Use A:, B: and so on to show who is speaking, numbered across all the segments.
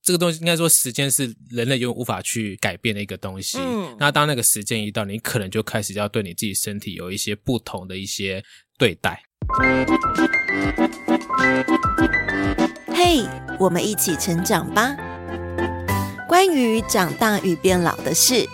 A: 这个东西应该说，时间是人类永远无法去改变的一个东西。
B: 嗯
A: 那当那个时间一到，你可能就开始要对你自己身体有一些不同的一些对待。
B: 嘿我们一起成长吧。关于长大与变老的事，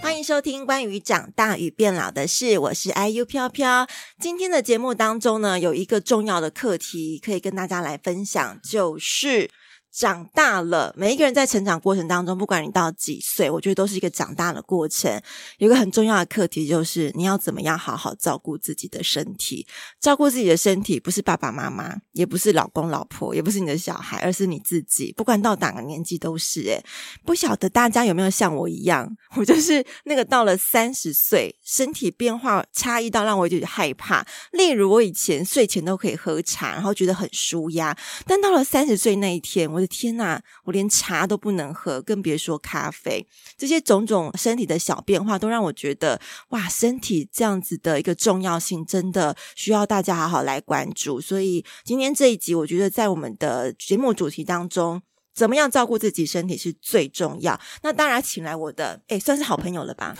B: 欢迎收听关于长大与变老的事，我是 IU 飘飘。今天的节目当中呢，有一个重要的课题可以跟大家来分享，就是。长大了，每一个人在成长过程当中，不管你到几岁，我觉得都是一个长大的过程。有一个很重要的课题，就是你要怎么样好好照顾自己的身体。照顾自己的身体，不是爸爸妈妈，也不是老公老婆，也不是你的小孩，而是你自己。不管到哪个年纪都是、欸。不晓得大家有没有像我一样，我就是那个到了三十岁，身体变化差异到让我有点害怕。例如，我以前睡前都可以喝茶，然后觉得很舒压，但到了三十岁那一天，我的天呐、我连茶都不能喝，更别说咖啡。这些种种身体的小变化，都让我觉得哇，身体这样子的一个重要性，真的需要大家好好来关注。所以今天这一集，我觉得在我们的节目主题当中。怎么样照顾自己身体是最重要。那当然，请来我的，哎，算是好朋友了吧？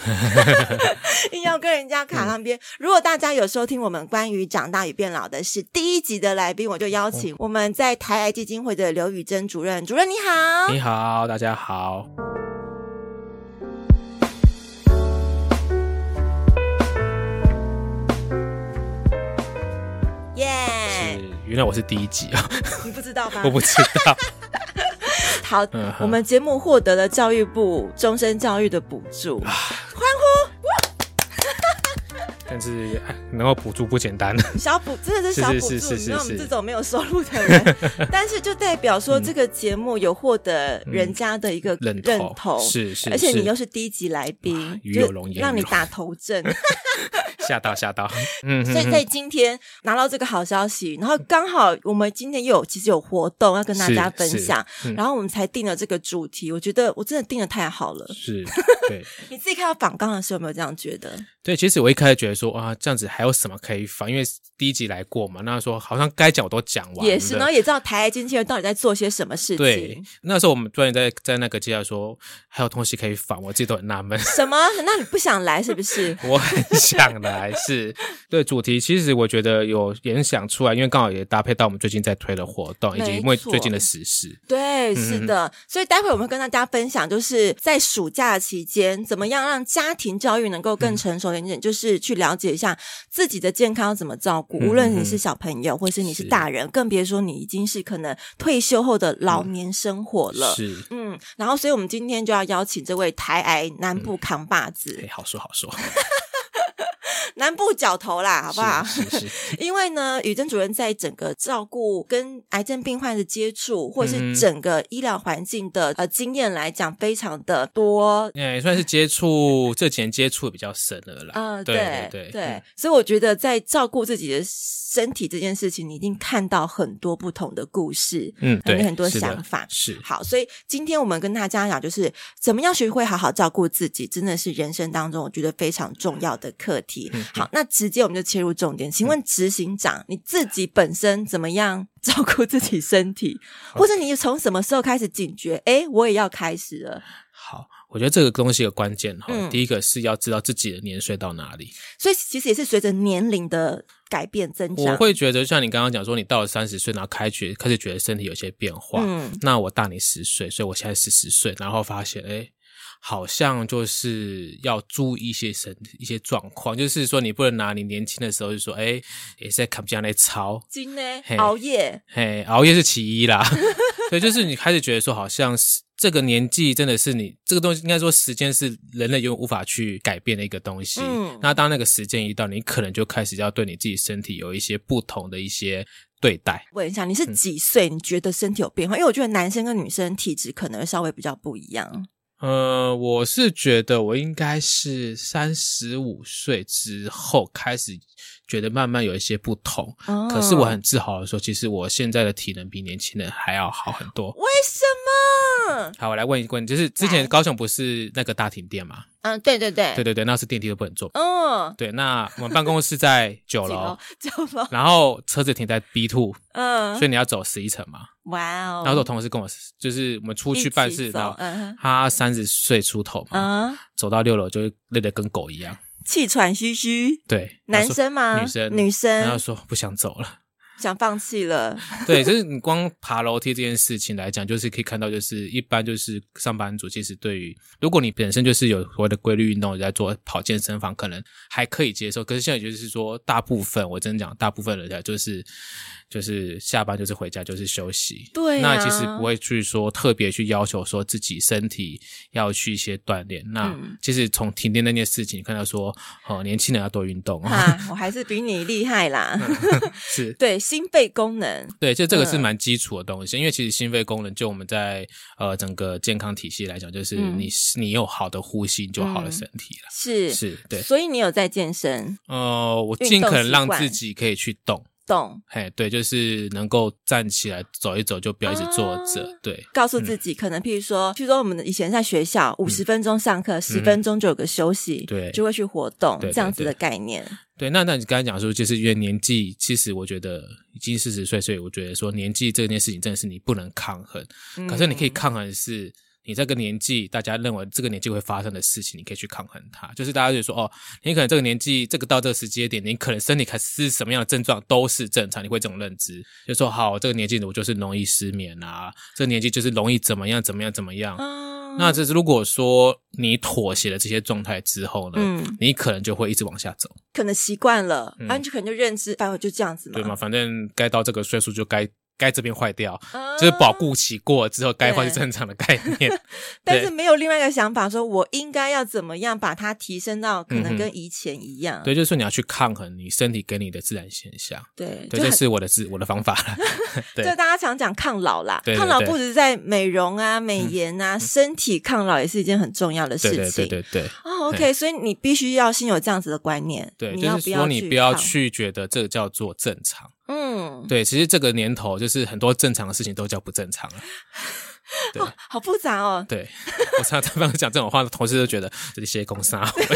B: 硬要跟人家
A: 嗯
B: 卡上边。如果大家有收听我们关于长大与变老的事第一集的来宾，我就
A: 嗯
B: 邀请我们在台癌基金会的刘宇珍主任。主任你好，
A: 你好，大家好。
B: 耶、哎
A: 是，呃原来我是第一集啊，
B: 你不知道吧？
A: 我不知道。
B: 好，
A: 嗯哼
B: 我们节目获得了教育部终身教育的补助，
A: 啊但是哎能够补助不简 单。
B: 小补真的是
A: 是
B: 小补助，
A: 是是
B: 你
A: 是
B: 知道我们
A: 是
B: 这种没有收入的人， 但是就代表说这个节目有获得人家的一个
A: 嗯认
B: 认
A: 同是是
B: 而且你
A: 是
B: 又是第一集来宾
A: 哇，与
B: 就
A: 有荣焉
B: 让
A: 与
B: 你
A: 有
B: 打头阵。
A: 吓到吓 到，嗯，
B: 所以在今天拿到这个好消息，然后刚好我们今天又有其实有活动要跟大家分享，
A: 是是嗯
B: 然后我们才定了这个主题。我觉得我真的定的太好了。
A: 嗯是，对。
B: 你自己看到访纲的时候有没有这样觉得？
A: 对，其实我一开始觉得说啊，这样子还有什么可以放？因为第一集来过嘛，那说好像该讲我都讲完了，
B: 也是，然后也知道台爱经纪人到底在做些什么事
A: 对
B: 情。，
A: 那时候我们专员在在那个介绍说还有东西可以仿，我自己都很纳 闷，
B: 什么？那你不想来是不
A: ？
B: 是
A: 我很想来是。对主题，其实我觉得有联想出来，因为刚好也搭配到我们最近在推的活动，以及
B: 没
A: 因为
B: 错
A: 最近的时事。
B: 对，是
A: 嗯
B: 的。所以待会我们会跟大家分享，就是在暑假期间，怎么样让家庭教育能够
A: 嗯
B: 更成熟一点，就是去了解一下自己的健康要怎么照顾。
A: 嗯
B: 无论你是小朋友，或是你是
A: 是
B: 大人，更别说你已经是可能退休后的老年生活了。
A: 是，
B: 嗯，然后，所以我们今天就要邀请这位台癌南部扛把子、
A: 哎，好说好说，
B: 南部角头啦，好不好？
A: 是是是，
B: 因为呢，宇珍主任在整个照顾跟癌症病患的接触，或者
A: 嗯
B: 是
A: 哼
B: 整个医疗环境的呃经验来讲，非常的多。
A: 哎，算是接触这几年接触得比较深了啦。
B: 嗯、
A: 对
B: 对
A: 对
B: 所以我觉得在照顾自己的身体这件事情，你一定看到很多不同的故事，
A: 嗯，
B: 还有
A: 对，
B: 很多
A: 是的
B: 想法
A: 是。
B: 好，所以今天我们跟大家讲，就是怎么样学会好好照顾自己，真的是人生当中我觉得非常重要的课题。
A: 嗯
B: 好，那直接我们就切入重点，请问执行长，你自己本身怎么样 照顾自己身体，或者你从什么时候开始警觉？诶，我也要开始了。
A: 好，我觉得这个东西的关键哈，
B: 嗯
A: 第一个是要知道自己的年岁到哪里。
B: 所以其实也是随着年龄的改变增
A: 我
B: 长，
A: 会觉得，像你刚刚讲说，你到了三十岁，然后开觉开始觉得身体有些变化。
B: 嗯
A: 那我大你十岁，所以我现在四十岁，然后发现，哎，好像就是要注意一些身体一些状况，就是说你不能拿你年轻的时候就说，哎，也是在看不见那操，
B: 今呢
A: 嘿
B: 熬夜，
A: 嘿，熬夜是其 一啦。对，就是你开始觉得说，好像是这个年纪真的是你这个东西，应该说时间是人类永远无法去改变的一个东西。
B: 嗯
A: 那当那个时间一到，你可能就开始要对你自己身体有一些不同的一些对待。
B: 问一下，你是
A: 嗯
B: 几岁？你觉得身体有变化？因为我觉得男生跟女生体质可能稍微比较不一样。
A: 呃，我是觉得我应该是三十五岁之后开始觉得慢慢有一些不同，
B: 哦
A: 可是我很自豪的说，其实我现在的体能比年轻人还要好很多。
B: 为什么？
A: 好，我来问一问，就是之
B: 来
A: 前高雄不是那个大停电嘛？
B: 嗯，对对对，
A: 对对对，那是电梯都不能坐。
B: 嗯，
A: 对，那我们办公室在九楼，
B: 几楼，九楼，
A: 然后车子停在 B two，
B: 嗯
A: 所，以你要走十一层嘛。
B: 哇哦，
A: 然后我同事跟我，就是我们出去办事，
B: 的
A: 然，后嗯
B: 嗯
A: 他三十岁出头
B: 哼
A: 嘛，
B: 啊，
A: 走到六楼就会累得跟狗一样。
B: 气喘吁吁，
A: 对，
B: 男
A: 他说
B: 生吗？
A: 女生，
B: 女
A: 然后
B: 生
A: 说不想走了。
B: 想放弃了，
A: 对，就是你光爬楼梯这件事情来讲，就是可以看到，就是一般就是上班族其实对于，如果你本身就是有所谓的规律运动，有在做跑健身房，可能还可以接受。可是现在就是说，大部分我真的讲，大部分人家就是就是下班就是回家就是休息，
B: 对啊
A: 那其实不会去说特别去要求说自己身体要去一些锻炼。那
B: 嗯
A: 其实从停电那件事情，看到说，哦，年轻人要多运动，
B: 哈，我还是比你厉害啦。
A: 嗯是
B: 对，心肺功能，
A: 对，就这个是
B: 嗯
A: 蛮基础的东西，因为其实心肺功能，就我们在呃整个健康体系来讲，就是
B: 嗯
A: 你、你有好的呼吸，你就好了
B: 嗯
A: 身体了。
B: 是
A: 是，对，
B: 所以你有在健身，
A: 呃，我
B: 运
A: 尽
B: 动
A: 可能
B: 习
A: 让
B: 惯
A: 自己可以去动，
B: 懂？
A: 嘿，对，就是能够站起来走一走，就不要一直坐着，
B: 啊
A: 对，
B: 告诉自己，可能譬如说，譬如说我们以前在学校五十分钟上课，十分钟就有个休息，
A: 嗯对
B: 就会去活动，
A: 对对
B: 这样子的概念。
A: 对，那那你刚才讲说，就是因为年纪，其实我觉得已经四十岁，所以我觉得说年纪这件事情真的是你不能抗衡，可是你可以
B: 嗯
A: 抗衡的是。你这个年纪，大家认为这个年纪会发生的事情，你可以去抗衡它。就是大家就说，哦，你可能这个年纪，这个到这个时间点，你可能身体开始是什么样的症状都是正常，你会这种认知，就说好，这个年纪我就是容易失眠啊，这个年纪就是容易怎么样怎么样怎么样。
B: 啊
A: 那这是如果说你妥协了这些状态之后呢，
B: 嗯
A: 你可能就会一直往下走。
B: 可能习惯了，
A: 嗯
B: 然后你就可能就认知，反正就这样子嘛，
A: 对嘛，反正该到这个岁数就该该这边坏掉，
B: 啊
A: 就是保护期过了之后该坏是
B: 对
A: 正常的概念。
B: 但是
A: 对
B: 没有另外一个想法，说我应该要怎么样把它提升到可
A: 嗯
B: 能
A: 哼
B: 跟以前一样。
A: 对，就是说你要去抗衡你身体给你的自然现象。
B: 对就
A: 对，这
B: 很。
A: 是我的自我的方法 了。
B: 就
A: 对
B: 大家常讲抗老啦，
A: 对对
B: 抗老
A: 对嗯
B: 不只是在美容啊、美颜啊，身体抗老也是一件很重要的事
A: 对
B: 情。
A: 对对对对
B: 哦，OK，所以你必须要先有这样子的观念，
A: 对，
B: 你
A: 就
B: 要
A: 是
B: 要
A: 说你不要，去觉得这个叫做正常。
B: 嗯，
A: 对，其实这个年头就是很多正常的事情都叫不正常了。对
B: 好复杂哦，
A: 对，我常常在办公室讲这种话，同事都觉得这些公司啊。
B: 对，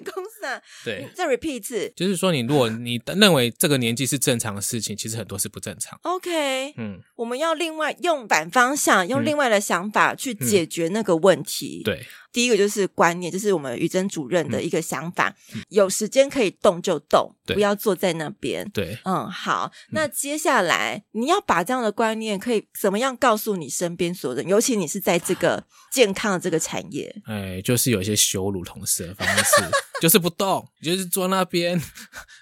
B: 公司啊，
A: 对，
B: 再 repeat 一次
A: 就是说你如果你认为这个年纪是正常的事情，其实很多是不正常。
B: ，OK，
A: 嗯，
B: 我们要另外用反方向，用
A: 嗯
B: 另外的想法去解决那个问题。，
A: 对。嗯
B: 第一个就是观念，就是我们于真主任的一个想法，有时间可以动就动，
A: 对
B: 不要坐在那边。
A: 对，
B: 嗯，好。那接下来、你要把这样的观念，可以怎么样告诉你身边所有人？尤其你是在这 个健康的这个产业，
A: 哎，就是有一些羞辱同事的方式，就是不动，就是坐那边。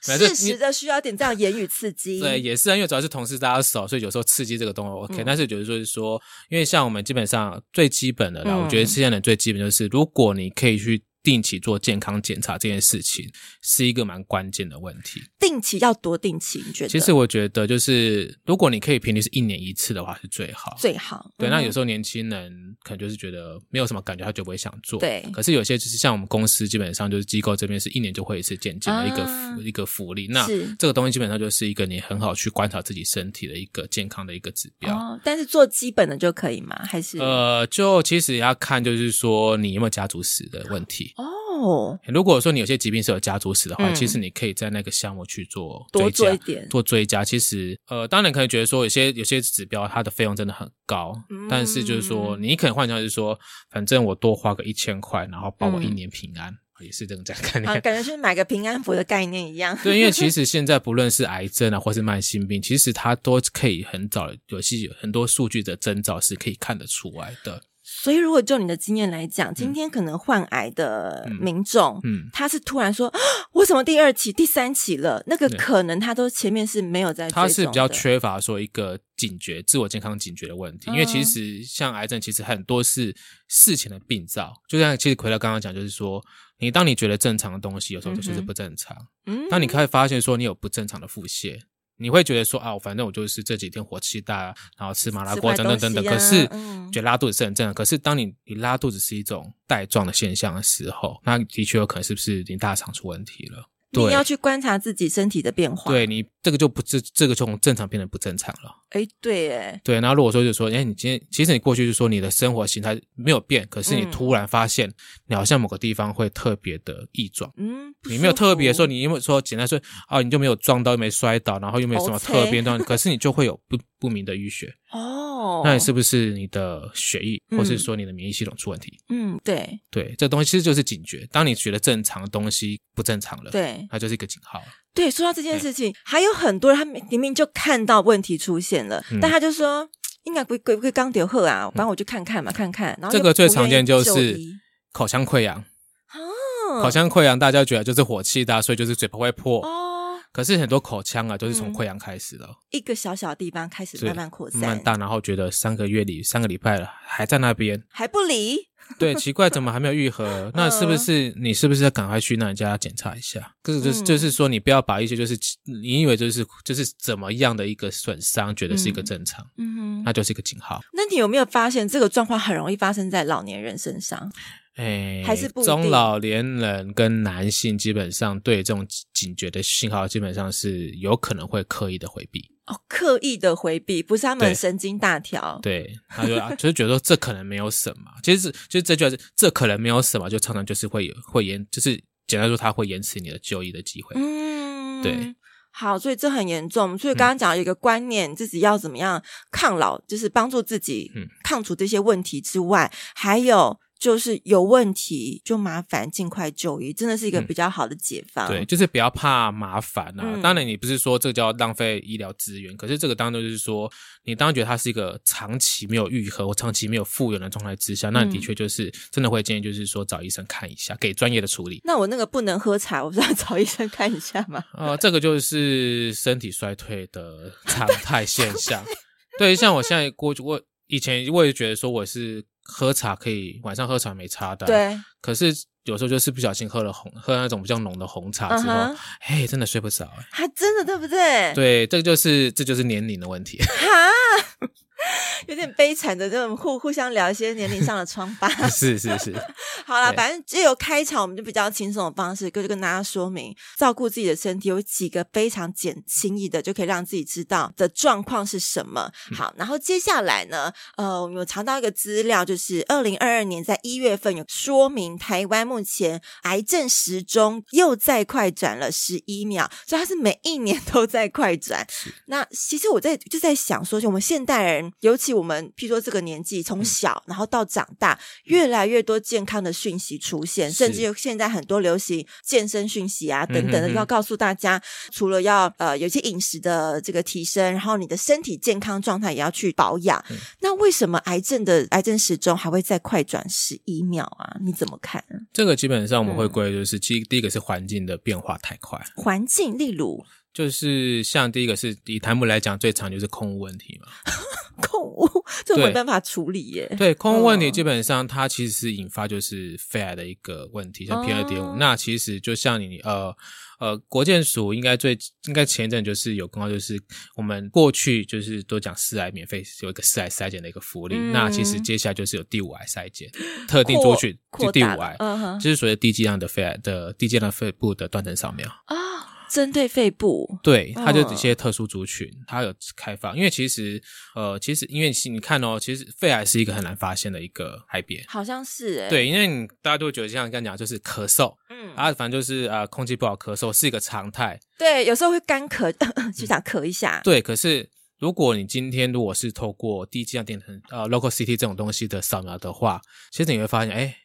A: 反正
B: 适时
A: 你
B: 的需要点这样言语刺激。
A: 对，，也是啊，因为主要是同事大家少，所以有时候刺激这个东西 OK、
B: 嗯
A: 但是就是说，是说，因为像我们基本上最基本的啦，
B: 嗯
A: 我觉得现在人最基本就是，如果你可以去定期做健康检查这件事情，是一个蛮关键的问题。
B: 定期要多定期，你觉得？
A: 其实我觉得，就是如果你可以频率是一年一次的话，是最好。
B: 最好。嗯
A: 对，那有
B: 时
A: 时候年轻人可能就是觉得没有什么感觉，他就不会想做。
B: 对
A: 可是有些就是像我们公司，基本上就是机构这边是一年就会一次健检的一个、
B: 啊
A: 福一个福利。那
B: 是
A: 这个东西基本上就是一个你很好去观察自己身体的一个健康的一个指标。
B: 哦，嗯但是做基本的就可以吗？还是？
A: 呃，就其实也要看，就是说你有没有家族史的问题。
B: 哦，
A: 如果说你有些疾病是有家族史的话，
B: 嗯
A: 其实你可以在那个项目去做
B: 多
A: 追
B: 做
A: 加
B: 一点
A: 做追加。其实，呃，当然可能觉得说有些有些指标它的费用真的很高，
B: 嗯
A: 但是就是说你可能换句话就是说，反正我多花个一千块，然后保我一年平安，也是这种这样概念。
B: 啊，感觉是买个平安符的概念一样。
A: 对，因为其实现在不论是癌症啊，或是慢性病，其实它都可以很早有些很多数据的征兆是可以看得出来的。
B: 所以，如果就你的经验来讲，今天可能患癌的民众，
A: 嗯，
B: 他是突然说、啊我怎么第二期、第三期了？”那个
A: 对
B: 可能他都前面是没有在追踪
A: 它
B: 呃的，
A: 是比较缺乏说一个警觉、自我健康警觉的问题，因为其
B: 嗯
A: 实像癌症，其实很多是事前的病灶。就像其实回到刚刚讲，就是说，你当你觉得正常的东西，有时候就是
B: 嗯哼
A: 不正常。
B: 嗯。
A: 当你开始发现说你有不正常的腹泻，你会觉得说啊，反正我就是这几天火气大，然后吃麻辣
B: 吃
A: 锅
B: 坏
A: 等等等
B: 东西
A: 等。可
B: 啊
A: 是
B: 嗯
A: 觉得拉肚子是很正常。可是当你你拉肚子是一种带状的现象的时候，那的确有可能是不是你大肠出问题了？
B: 你
A: 对
B: 要，去观察自己身体的变化。，
A: 对你这个就不这这个从正常变得不正常了。
B: 哎，对，哎，
A: 对，然后如果说就是说，哎，你今天其实你过去就说你的生活形态没有变，可是你
B: 嗯
A: 突然发现你好像某个地方会特别的异状。
B: 嗯，不
A: 你没有
B: 舒
A: 特别
B: 服
A: 说，你因为说简单说哦，你就没有撞到，又没摔倒，然后又没有什么特别的，可是你就会有不不明的淤血，
B: 哦，
A: 那你是不是你的血液，
B: 嗯
A: 或是说你的免疫系统出问题？
B: 嗯，对
A: 对，这东西其实就是警觉，当你觉得正常的东西不正常了，，
B: 对
A: 它就是一个警号。
B: 对，说到这
A: 嗯
B: 件事情，还有很多人他明明明就看到问题出现了，
A: 嗯
B: 但他就说。应该不会不会刚丢喝啊，反正我去看看嘛，看看。然后
A: 这
B: 又
A: 个
B: 不
A: 最
B: 愿
A: 常
B: 意
A: 见就
B: 就是医
A: 口腔溃疡，
B: 嗯
A: 口腔溃疡大家觉得就是火气大，所以就是嘴巴会破。
B: 哦，
A: 可是很多口腔啊，都是从
B: 嗯
A: 溃疡开始的，
B: 一个小小的地方开始
A: 对
B: 慢慢扩散，
A: 慢慢大，然后觉得三个月里三个礼拜了还在那边，
B: 还不离。
A: 对，奇怪，怎么还没有愈合？ 那是
B: 嗯
A: 不是你是不是要赶快去那人家检查一下？这个就是
B: 嗯
A: 就是说，你不要把一些就是你以为就是就是怎么样的一个损伤，觉得是一个正常，
B: 嗯哼，
A: 那就是一个警号。
B: 那你有没有发现这个状况很容易发生在老年人身上？
A: 哎，
B: 还是不一定
A: 中老年人跟男性基本上对这种警觉的信号，基本上是有可能会刻意的回避。
B: 哦，刻意的回避，不是他们
A: 对
B: 神经大条。
A: 对，他就、啊、就是觉得说这可能没有什么，其实就是这句话是这可能没有什么，就常常就是会有会延，就是简单说，它会延迟你的就医的机会。
B: 嗯，
A: 对。嗯
B: 好，所以这很严重。所以刚刚讲有一个观念，自己要怎么样抗老，就是帮助自己
A: 嗯
B: 抗除这些问题之外，还有就是有问题就麻烦尽快就医，真的是一个
A: 嗯
B: 比较好的解放。
A: 对，就是不要怕麻烦啊。
B: 啊嗯
A: 当然，你不是说这叫浪费医疗资源，可是这个当中就是说，你当然觉得它是一个长期没有愈合或长期没有复原的状态之下，那你的
B: 嗯
A: 确就是真的会建议，就是说找医生看一下，给专业的处理。
B: 那我那个不能喝茶，我不是要 找医生看一下吗？
A: 呃，这个就是身体衰退的常态现象。对，像我现在过去，我以前我也觉得说我是喝茶可以晚上喝茶没差的，。
B: 对，
A: 可是有时候就是不小心喝了红，喝那种比较浓的红茶之
B: 嗯
A: 后
B: 哼，
A: 嘿，真的睡不着、欸。
B: 还真的对不对？
A: 对，这个就是这就是年龄的问题，
B: 哈，有点悲惨的这种互互相聊一些年龄上的疮 疤。
A: 是是是，
B: 好啦，
A: 对
B: 反正借由开场，我们就比较轻松的方式，就跟大家说明照顾自己的身体有几个非常简轻易的就可以让自己知道的状况是什么。好，然后接下来呢，呃，我们有查到一个资料，就是二零二二年在一月份有说明台湾目前癌症时钟又再快转了十一秒，所以它是每一年 都在快转。那其实我在就在想说，就我们现代人，尤其我们譬如说这个年纪，从小然后到长大，越来越多健康的讯息出现，
A: 是
B: 甚至有现在很多流行健身讯息啊等等的，
A: 嗯哼哼
B: 要告诉大家，除了要呃有一些饮食的这个提升，然后你的身体健康状态也要去保养。
A: 嗯
B: 那为什么癌症的癌症时钟还会再快转十一秒啊？你怎么看？
A: 这个基本上我们会
B: 嗯
A: 归就是，第、第一个是环境的变化太快，
B: 环境，例如
A: 就是像第一个是以台木来讲，最常就是空污问题嘛。
B: 空污，这
A: 对
B: 没办法处理耶。
A: 对，空污问题
B: 嗯
A: 基本上它其实是引发就是肺癌的一个问题，像 P 二点
B: 哦
A: 五。那其实就像你呃呃，国健署应该最应该前一阵就是有公告，就是我们过去就是都讲四癌免费有一个四癌筛检的一个福利，
B: 嗯
A: 那其实接下来就是有第五癌筛检，特定族群
B: 扩
A: 就
B: 扩
A: 第五
B: 大了
A: 癌，
B: 嗯哼
A: 就是所谓的低剂量的肺癌的低剂量肺部的断层扫描。
B: 啊、针对肺部，
A: 对，它就
B: 嗯
A: 一些特殊族群，它有开放，因为其实，呃，其实因为你看哦，其实肺癌是一个很难发现的一个癌别，
B: 好像是哎、，
A: 对，因为你大家都会觉得像刚讲，就是咳嗽
B: 嗯，
A: 啊，反正就是啊、呃空气不好咳嗽是一个常态。
B: 对，有时候会干咳，就想咳一下，
A: 嗯对，可是如果你今天如果是透过低剂量电层呃 local CT 这种东西的扫描的话，其实你会发现，哎，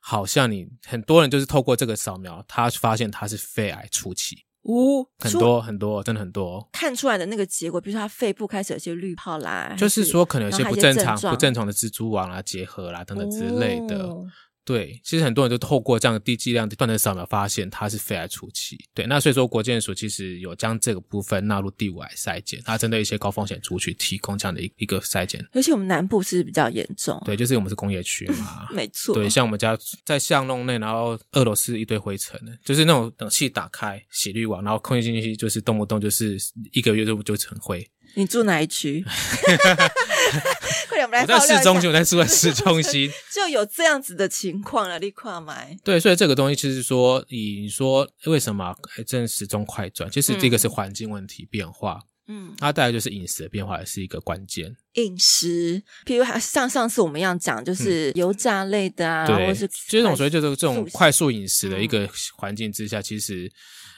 A: 好像你很多人就是透过这个扫描，他发现他是肺癌初期，
B: 呜，
A: 很
B: 出
A: 多很多，真的很多。哦
B: 看出来的那个结果，比如说他肺部开始有些滤泡啦，
A: 就
B: 还
A: 是说，可能有
B: 然
A: 些
B: 后
A: 不
B: 还有
A: 正常、
B: 症状
A: 啊不正常的蜘蛛网啦、结核啦等等之类的，
B: 哦
A: 对，其实很多人就透过这样的低剂量的断层扫描发现它是肺癌初期。对，那所以说国健署其实有将这个部分纳入第五癌筛检，它针对一些高风险族群提供这样的一一个筛检。
B: 而且我们南部是比较严重，，
A: 对，就是我们是工业区嘛
B: 没错，
A: 对，像我们家在巷弄内，然后二楼是一堆灰尘，就是那种冷气打开洗滤网，然后空气进去就是动不动就是一个月就就是很灰。
B: 你住哪一 区？快点，我们来
A: 我在
B: 爆料
A: 市
B: 一
A: 中
B: 下
A: 心，我在住在市 中心，
B: 就有这样子的情况了，你跨买
A: 对，所以这个东西就是说，以你说为什么癌症时钟快转，其实这个是环境问题变化，
B: 嗯，
A: 它带来就是饮食的变化也是一个关键。
B: 饮食，譬如还像上次我们一样讲，就是油炸类的啊，
A: 嗯对，
B: 或是嗯
A: 这种所以就是这种
B: 素食
A: 快速饮食的一个环境之下，其实。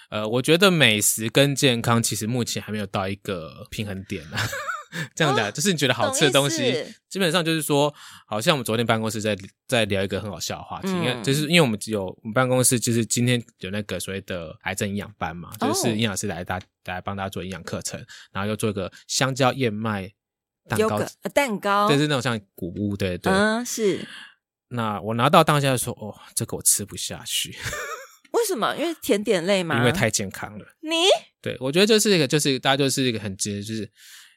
A: 呃，我觉得美食跟健康其实目前还没有到一个平衡点啊。 这样讲、
B: 哦
A: 就是你觉得好吃的东
B: 懂意
A: 西
B: 思，
A: 基本上就是说，好像我们昨天办公室在在聊一个很好笑的话题，
B: 嗯
A: 因为就是因为我们只有我们办公室就是今天有那个所谓的癌症营养班嘛，
B: 哦
A: 就是营养师来大来帮大家做营养课程，然后又做一个香蕉燕麦蛋
B: 有
A: 糕
B: 个，呃蛋糕，
A: 就是那种像谷物，对对。
B: 嗯，是
A: 那我拿到当下就说，哦，这个我吃不下去，
B: 为什么？因为甜点类嘛，
A: 因为太健康了。
B: 你
A: 对，我觉得这是一个，就是大家就是一个很直，就是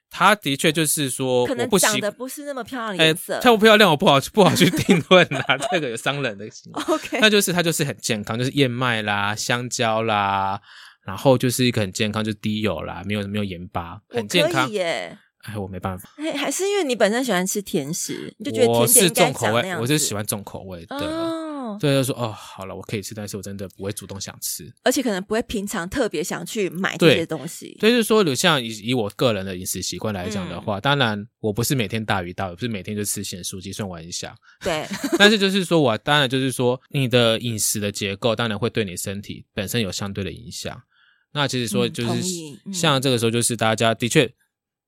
A: 他的确就是说，
B: 可
A: 我
B: 能
A: 不
B: 长
A: 习
B: 得不是那么漂亮的
A: 哎
B: 颜色。
A: 漂不漂亮，我不好不好去定论啦， 这个有伤人的行为。
B: OK，
A: 那就是它就是很健康，就是燕麦啦、香蕉啦，然后就是一个很健康，就是低油啦，没有没有盐巴，
B: 我
A: 很健
B: 可
A: 康
B: 以。耶。
A: 哎，我没办法，
B: 还还是因为你本身喜欢吃甜食，你就觉得
A: 我
B: 甜点
A: 是
B: 应该
A: 重口
B: 长那
A: 味，
B: 样
A: 我
B: 子
A: 是喜欢重口味的。
B: 哦，
A: 对，就说哦，好了，我可以吃，但是我真的不会主动想吃。
B: 而且可能不会平常特别想去买这
A: 对
B: 些东西。
A: 所以就是说，如像以以我个人的饮食习惯来讲
B: 嗯
A: 的话，当然我不是每天大鱼大肉，不是每天就吃咸酥鸡，算我一下。
B: 对，
A: 但是就是说我当然就是说，你的饮食的结构当然会对你身体本身有相对的影响。那其实说
B: 嗯
A: 就
B: 同
A: 是
B: 意嗯
A: 像这个时候，就是大家的确，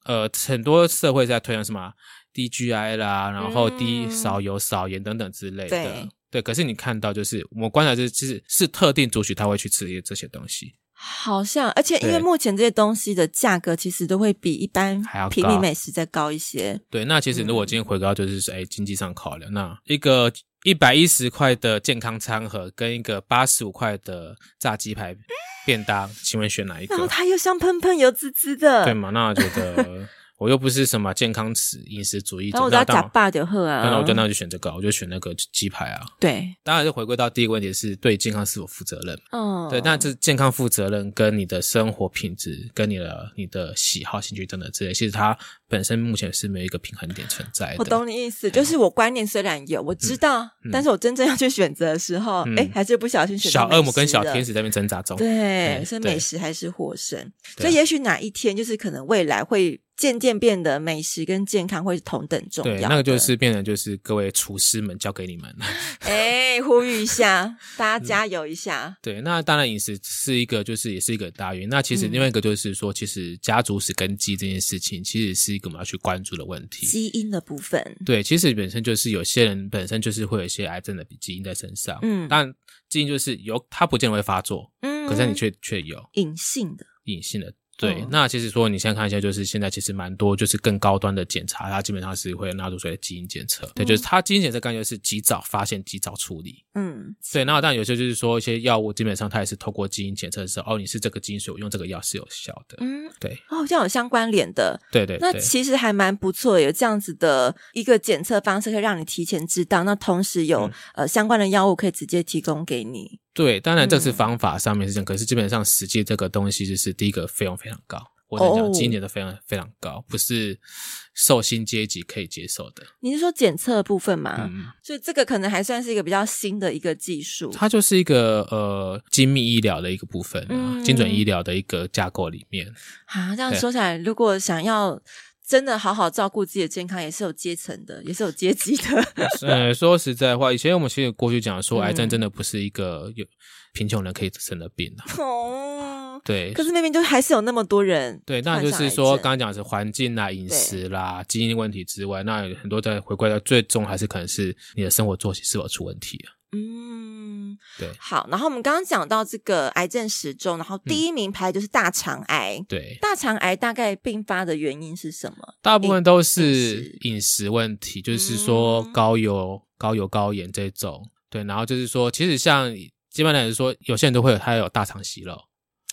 A: 呃，很多社会在推扬什么啊低 GI 啦，然后低
B: 嗯
A: 少油、少盐等等之类
B: 对
A: 的。对，可是你看到就是我们观察就是，其实是特定族群他会去吃这些东西，
B: 好像，而且因为
A: 对
B: 目前这些东西的价格其实都会比一般
A: 还要
B: 平
A: 高
B: 民美食再高一些。
A: 对，那其实
B: 嗯
A: 如果今天回到就是说，哎、经济上考量，那一个一百一十块的健康餐盒跟一个八十五块的炸鸡排便当，请问选哪一个
B: 然？后它又香喷喷、油滋滋的，
A: 对嘛？那我觉 得我又不是什么健康食饮食主义者
B: 然后，我就
A: 那
B: 要
A: 当
B: 假
A: 然
B: 爸就喝啊。
A: 那我就那我就选这个，我就选那个鸡排啊。
B: 对，
A: 当然，就回归到第一个问题是对健康是否负责任。
B: 嗯，
A: 对，那这健康负责任跟你的生活品质、跟你的你的喜好、兴趣等等之类，其实它本身目前是没有一个平衡点存在的。
B: 我懂你意思，就是我观念虽然有，我知道，但是我真正要去选择的时候，
A: 嗯
B: 哎、还是不小心选择
A: 小恶魔跟小
B: 美食了
A: 天使在那边挣扎中。
B: 对，
A: 哎
B: 所以
A: 对
B: 美食还是获胜。
A: 对
B: 所
A: 啊
B: 以也许哪一天就是可能未来会渐渐变得美食跟健康会同等重要
A: 对，
B: 的。
A: 那个就是变成就是各位厨师们交给你们。
B: 哎、呼吁一下，大
A: 嗯
B: 家加油一下。
A: 对，那当然饮食是一个，就是也是一个大原因。那其实
B: 嗯
A: 另外一个就是说，其实家族史根基这件事情，其实是一个我们要去关注的问题。
B: 基因的部分，
A: 对，其实本身就是有些人本身就是会有一些癌症的基因在身上，
B: 嗯
A: 当然基因就是有，它不见得会发作，
B: 嗯，
A: 可是你却却有
B: 隐性的，
A: 隐性的。对，
B: 嗯
A: 那其实说你现在看一下，就是现在其实蛮多就是更高端的检查，它基本上是会纳入所谓的基因检测。对，就是它基因检测概念就是及早发现、及早处理。
B: 嗯，
A: 对，那当然有些就是说一些药物，基本上它也是透过基因检测之后，哦，你是这个基因，所以我用这个药是有效的。
B: 嗯，
A: 对，
B: 哦，好像有相关联的。
A: 对对
B: 那
A: 对，
B: 其实还蛮不错的，有这样子的一个检测方式，可以让你提前知道。那同时有、
A: 嗯
B: 呃相关的药物可以直接提供给你。
A: 对，当然这是
B: 嗯
A: 方法上面是这样，可是基本上实际这个东西就是第一个费用非常高，我跟你
B: 哦
A: 讲，基因检测非常非常高，不是受薪阶级可以接受的。
B: 你是说检测的部分吗？
A: 嗯，
B: 所以这个可能还算是一个比较新的一个技术。
A: 它就是一个呃精密医疗的一个部分、啊，
B: 嗯
A: 精准医疗的一个架构里 面。
B: 啊，这样
A: 对
B: 说起来，如果想要真的好好照顾自己的健康，也是有阶层的，也是有阶级 的。
A: 呃，说实在话，以前我们其实过去讲说，
B: 嗯
A: 癌症真的不是一个有贫穷人可以生的病啊。
B: 哦，
A: 对，
B: 可是明明就还是有那么多人，
A: 对，那就
B: 患上
A: 是
B: 癌
A: 说，
B: 症
A: 刚刚讲的是环境啦、饮
B: 对
A: 食啦、基因问题之外，那有很多在回归到最终还是可能是你的生活作息是否出问题啊。
B: 嗯，
A: 对
B: 好。然后我们刚刚讲到这个癌症时钟，然后
A: 嗯
B: 第一名牌就是大肠癌。
A: 对，
B: 大肠癌大概并发的原因是什么？
A: 大部分都
B: 饮
A: 是
B: 食
A: 饮食问题，就是说
B: 嗯
A: 高油、高油、高盐这种。对，然后就是说，其实像基本来说，有些人都会有他有大肠息肉。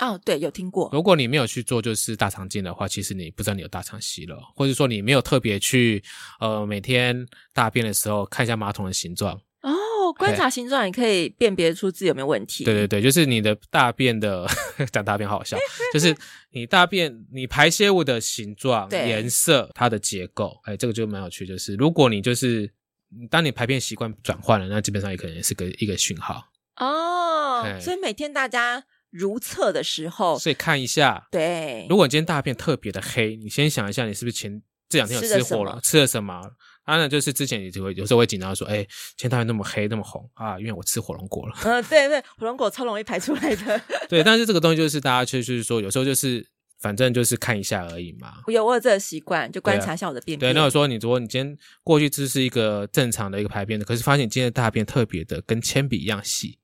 B: 哦，对，有听过，
A: 如果你没有去做就是大肠镜的话，其实你不知道你有大肠息肉，或者说你没有特别去呃每天大便的时候看一下马桶的形状。
B: 哦，观察形状也可以辨别出自己有没有问题。
A: 对对对，就是你的大便的讲大便好好笑，就是你大便你排泄物的形状、
B: 对
A: 颜色、它的结构，哎，这个就蛮有趣。就是如果你就是当你排便习惯转换了，那基本上也可能是个一个讯号，
B: 哦，
A: 哎
B: 所以每天大家如厕的时候，
A: 所以看一下。
B: 哦对，
A: 如果你今天大便特别的黑，你先想一下，你是不是前这两天有
B: 吃了
A: 吃火
B: 什么
A: 了，吃了什么？当然，就是之前你就会有时候会紧张说，哎，今天大便那么黑那么红啊，因为我吃火龙果了。
B: 嗯、对对，火龙果超容易排出来的。
A: 对，但是这个东西就是大家就就是说，有时候就是反正就是看一下而已嘛。
B: 我有我有这个习惯，就观
A: 对啊
B: 察一下我的便
A: 对，
B: 便。
A: 那我说你如果你今天过去只是一个正常的一个排便的，可是发现你今天的大便特别的跟铅笔一样细，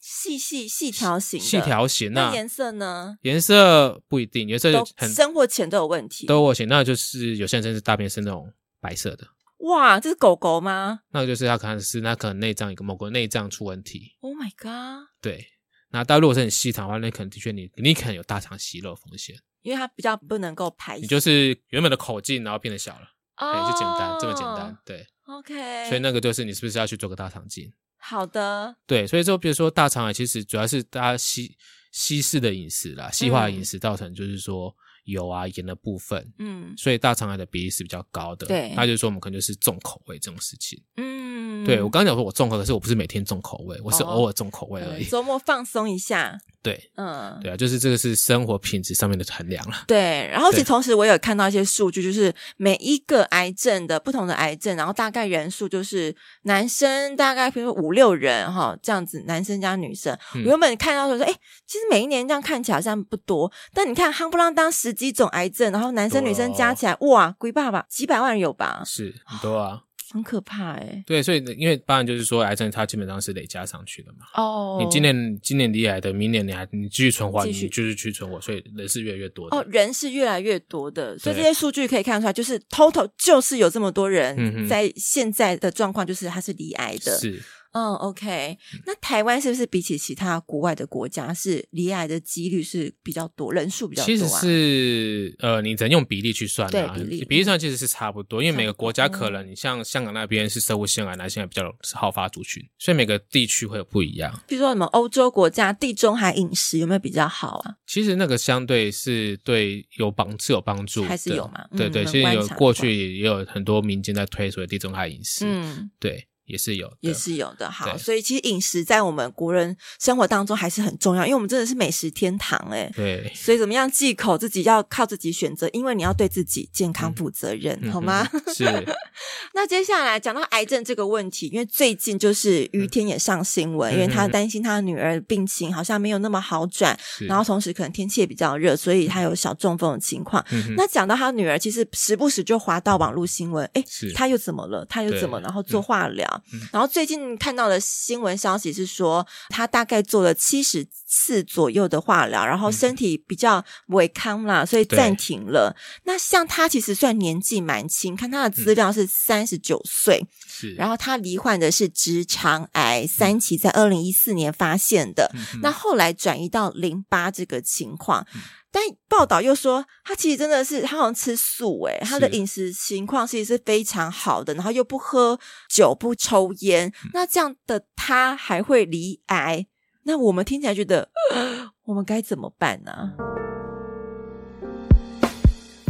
B: 细细细条型的，
A: 细条形
B: 那
A: 那
B: 颜色呢？
A: 颜色不一定，颜色
B: 都
A: 很
B: 生活前都有问题。
A: 都我型，那就是有些人甚至大便是那种白色的，
B: 哇，这是狗狗吗
A: 那个就是他可能是那可能内脏一个某个内脏出问题，
B: ？Oh my god！
A: 对。那但如果是很细长的话，那可能的确你你可能有大肠息肉风险，
B: 因为它比较不能够排，
A: 你就是原本的口径然后变得小了，
B: 哦哎
A: 对，就简单这么简单，。对。
B: OK，
A: 所以那个就是你是不是要去做个大肠镜？
B: 好的，
A: 对，所以说，比如说大肠癌，其实主要是大家西西式的饮食啦，西化饮食造成就是说油啊、盐的部分，
B: 嗯
A: 所以大肠癌的比例是比较高的。
B: 对
A: 那就是说我们可能就是重口味这种事情。
B: 嗯，
A: 对我刚刚讲说我重口，可是我不是每天重口味，我是
B: 哦
A: 偶尔重口味而
B: 嗯
A: 已。
B: 周末放松一下，
A: 对
B: 嗯，
A: 对啊，就是这个是生活品质上面的衡量了。
B: 对，然后其实
A: 对
B: 同时我有看到一些数据，就是每一个癌症的不同的癌症，然后大概人数就是男生大概比如说五六人哈这样子，男生加女生。
A: 嗯
B: 我原本看到的时候说，哎，其实每一年这样看起来好像不多，但你看夯不啷当十几种癌症，然后男生
A: 对
B: 女生加
A: 哦
B: 起来，哇，鬼爸爸几百万人有吧，
A: 是很多啊，
B: 很可怕哎、
A: 对，所以因为当然就是说，癌症它基本上是累加上去的嘛。
B: 哦，
A: 你今年今年离癌的，明年你还你继续存活，
B: 继
A: 你
B: 续
A: 继续去存活，所以人是越来越多的。
B: 哦，人是越来越多的，所以这
A: 对
B: 些数据可以看出来，就是 total 就是有这么多
A: 嗯
B: 人
A: 哼
B: 在现在的状况，就是他是离癌的。
A: 是，
B: 嗯，OK。那台湾是不是比起其他国外的国家，是离癌的几率是比较多，人数比较多、
A: 其
B: 啊？
A: 实是呃，你只能用比例去算啊
B: 对比例嗯
A: 上其实是差不多，因为
B: 差
A: 每
B: 不
A: 个
B: 多嗯
A: 国家可能你像香港那边是生物腺癌，那现在比较是好发族群，所以每个地区会有不一样。
B: 比如说什么欧洲国家地中海饮食有没有比较好啊？
A: 其实那个相对是对有帮是有帮助的，
B: 还是有嘛嗯
A: 对对，
B: 能
A: 其实
B: 观
A: 有
B: 察
A: 过
B: 过
A: 去也有很多民间在推所谓地中海饮食，
B: 嗯，
A: 对，也是有的，
B: 也是有的。好，
A: 对
B: 所以其实饮食在我们国人生活当中还是很重要，因为我们真的是美食天堂哎、
A: 对。
B: 所以怎么样忌口，自己要靠自己选择，因为你要对自己健康负责任，
A: 嗯
B: 好吗？
A: 哼？是，
B: 那接下来讲到癌症这个问题，因为最近就是
A: 嗯
B: 于天也上新闻，因为他担心他女儿病情好像没有那么好转，
A: 是
B: 然后同时可能天气也比较热，所以他有小中风的情况。
A: 嗯哼
B: 那讲到他女儿，其实时不时就滑到网络新闻，诶，
A: 是
B: 他又怎么了？他又
A: 对嗯
B: 怎么？然后做化疗，然后最近看到的新闻消息是说，他大概做了七十次左右的化疗，然后身体比较违康啦，所以
A: 嗯对
B: 暂停了。那像他其实算年纪蛮轻，看他的资料是三十九岁，
A: 嗯是，嗯
B: 然
A: 后
B: 后他罹患的是直肠癌三期，在二零一四年发现的。
A: 嗯
B: 那后来转移到淋巴这个情况，但报道又说他其实真的是他好像吃素诶、他的
A: 是
B: 饮食情况其实是非常好的，然后又不喝酒不抽烟，那这样的他还会罹癌？那我们听起来觉得， 呃我们该怎么办呢、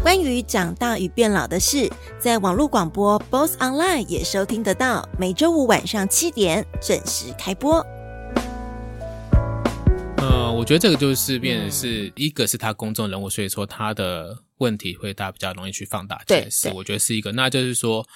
B: 关于长大与变老的事，在网络广播 Boss Online 也收听得到，每周五晚上七点准时开播。
A: 呃，我觉得这个就是变成是、一个是他公众人物，所以说他的问题会大家比较容易去放大
B: 对
A: 解释，
B: 对
A: 我觉得是一个。那就是说，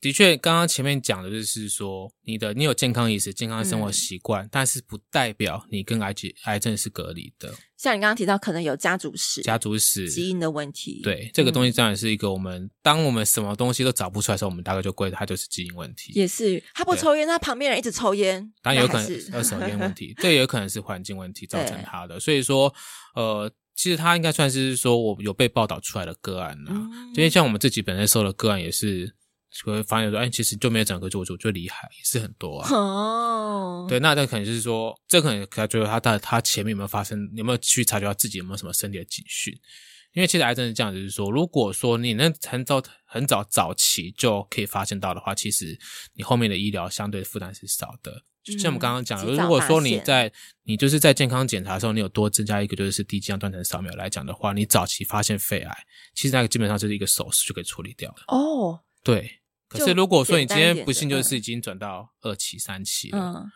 A: 的确，刚刚前面讲的就是说，你的你有健康饮食、健康生活
B: 嗯
A: 习惯，但是不代表你跟癌症癌症是隔离的，
B: 像你刚刚提到，可能有家族史、
A: 家族史。
B: 基因的问题，嗯
A: 对，这个东
B: 西、
A: 西当然是一个我们、当我们什么东西都找不出来的时候，我们大概就归它就是基因问题。
B: 也是他不
A: 对啊
B: 抽烟，他旁边人一直抽烟，
A: 当然有
B: 那
A: 可
B: 还
A: 能
B: 是
A: 二手 烟啊问题，这也有可能是环境问题造成
B: 对
A: 他的。所以说，呃，其实他应该算是说我有被报道出来的个案啦、啊
B: 嗯
A: 因为像我们自己本身收的个案也是就会发现说，哎，其实就没有整个做主就厉害，也是很多啊。
B: 哦，
A: 对，那这可能就是说，这可能可能就是他他他前面有没有发生，有没有去察觉到自己有没有什么身体的警讯？因为其实癌症是这样，就是说，如果说你能很早很早早期就可以发现到的话，其实你后面的医疗相对负担是少的。就像我们刚刚讲的，
B: 嗯及早
A: 如果说
B: 发
A: 你
B: 现
A: 在你就是在健康检查的时候，你有多增加一个就是低剂量断层扫描来讲的话，你早期发现肺癌，其实那个基本上就是一个手术就可以处理掉了。
B: 哦，
A: 对，可是
B: 就
A: 如果说你
B: 简
A: 今
B: 单一
A: 天
B: 点
A: 不
B: 的
A: 幸就
B: 嗯
A: 是已经转到二期、三期了，
B: 嗯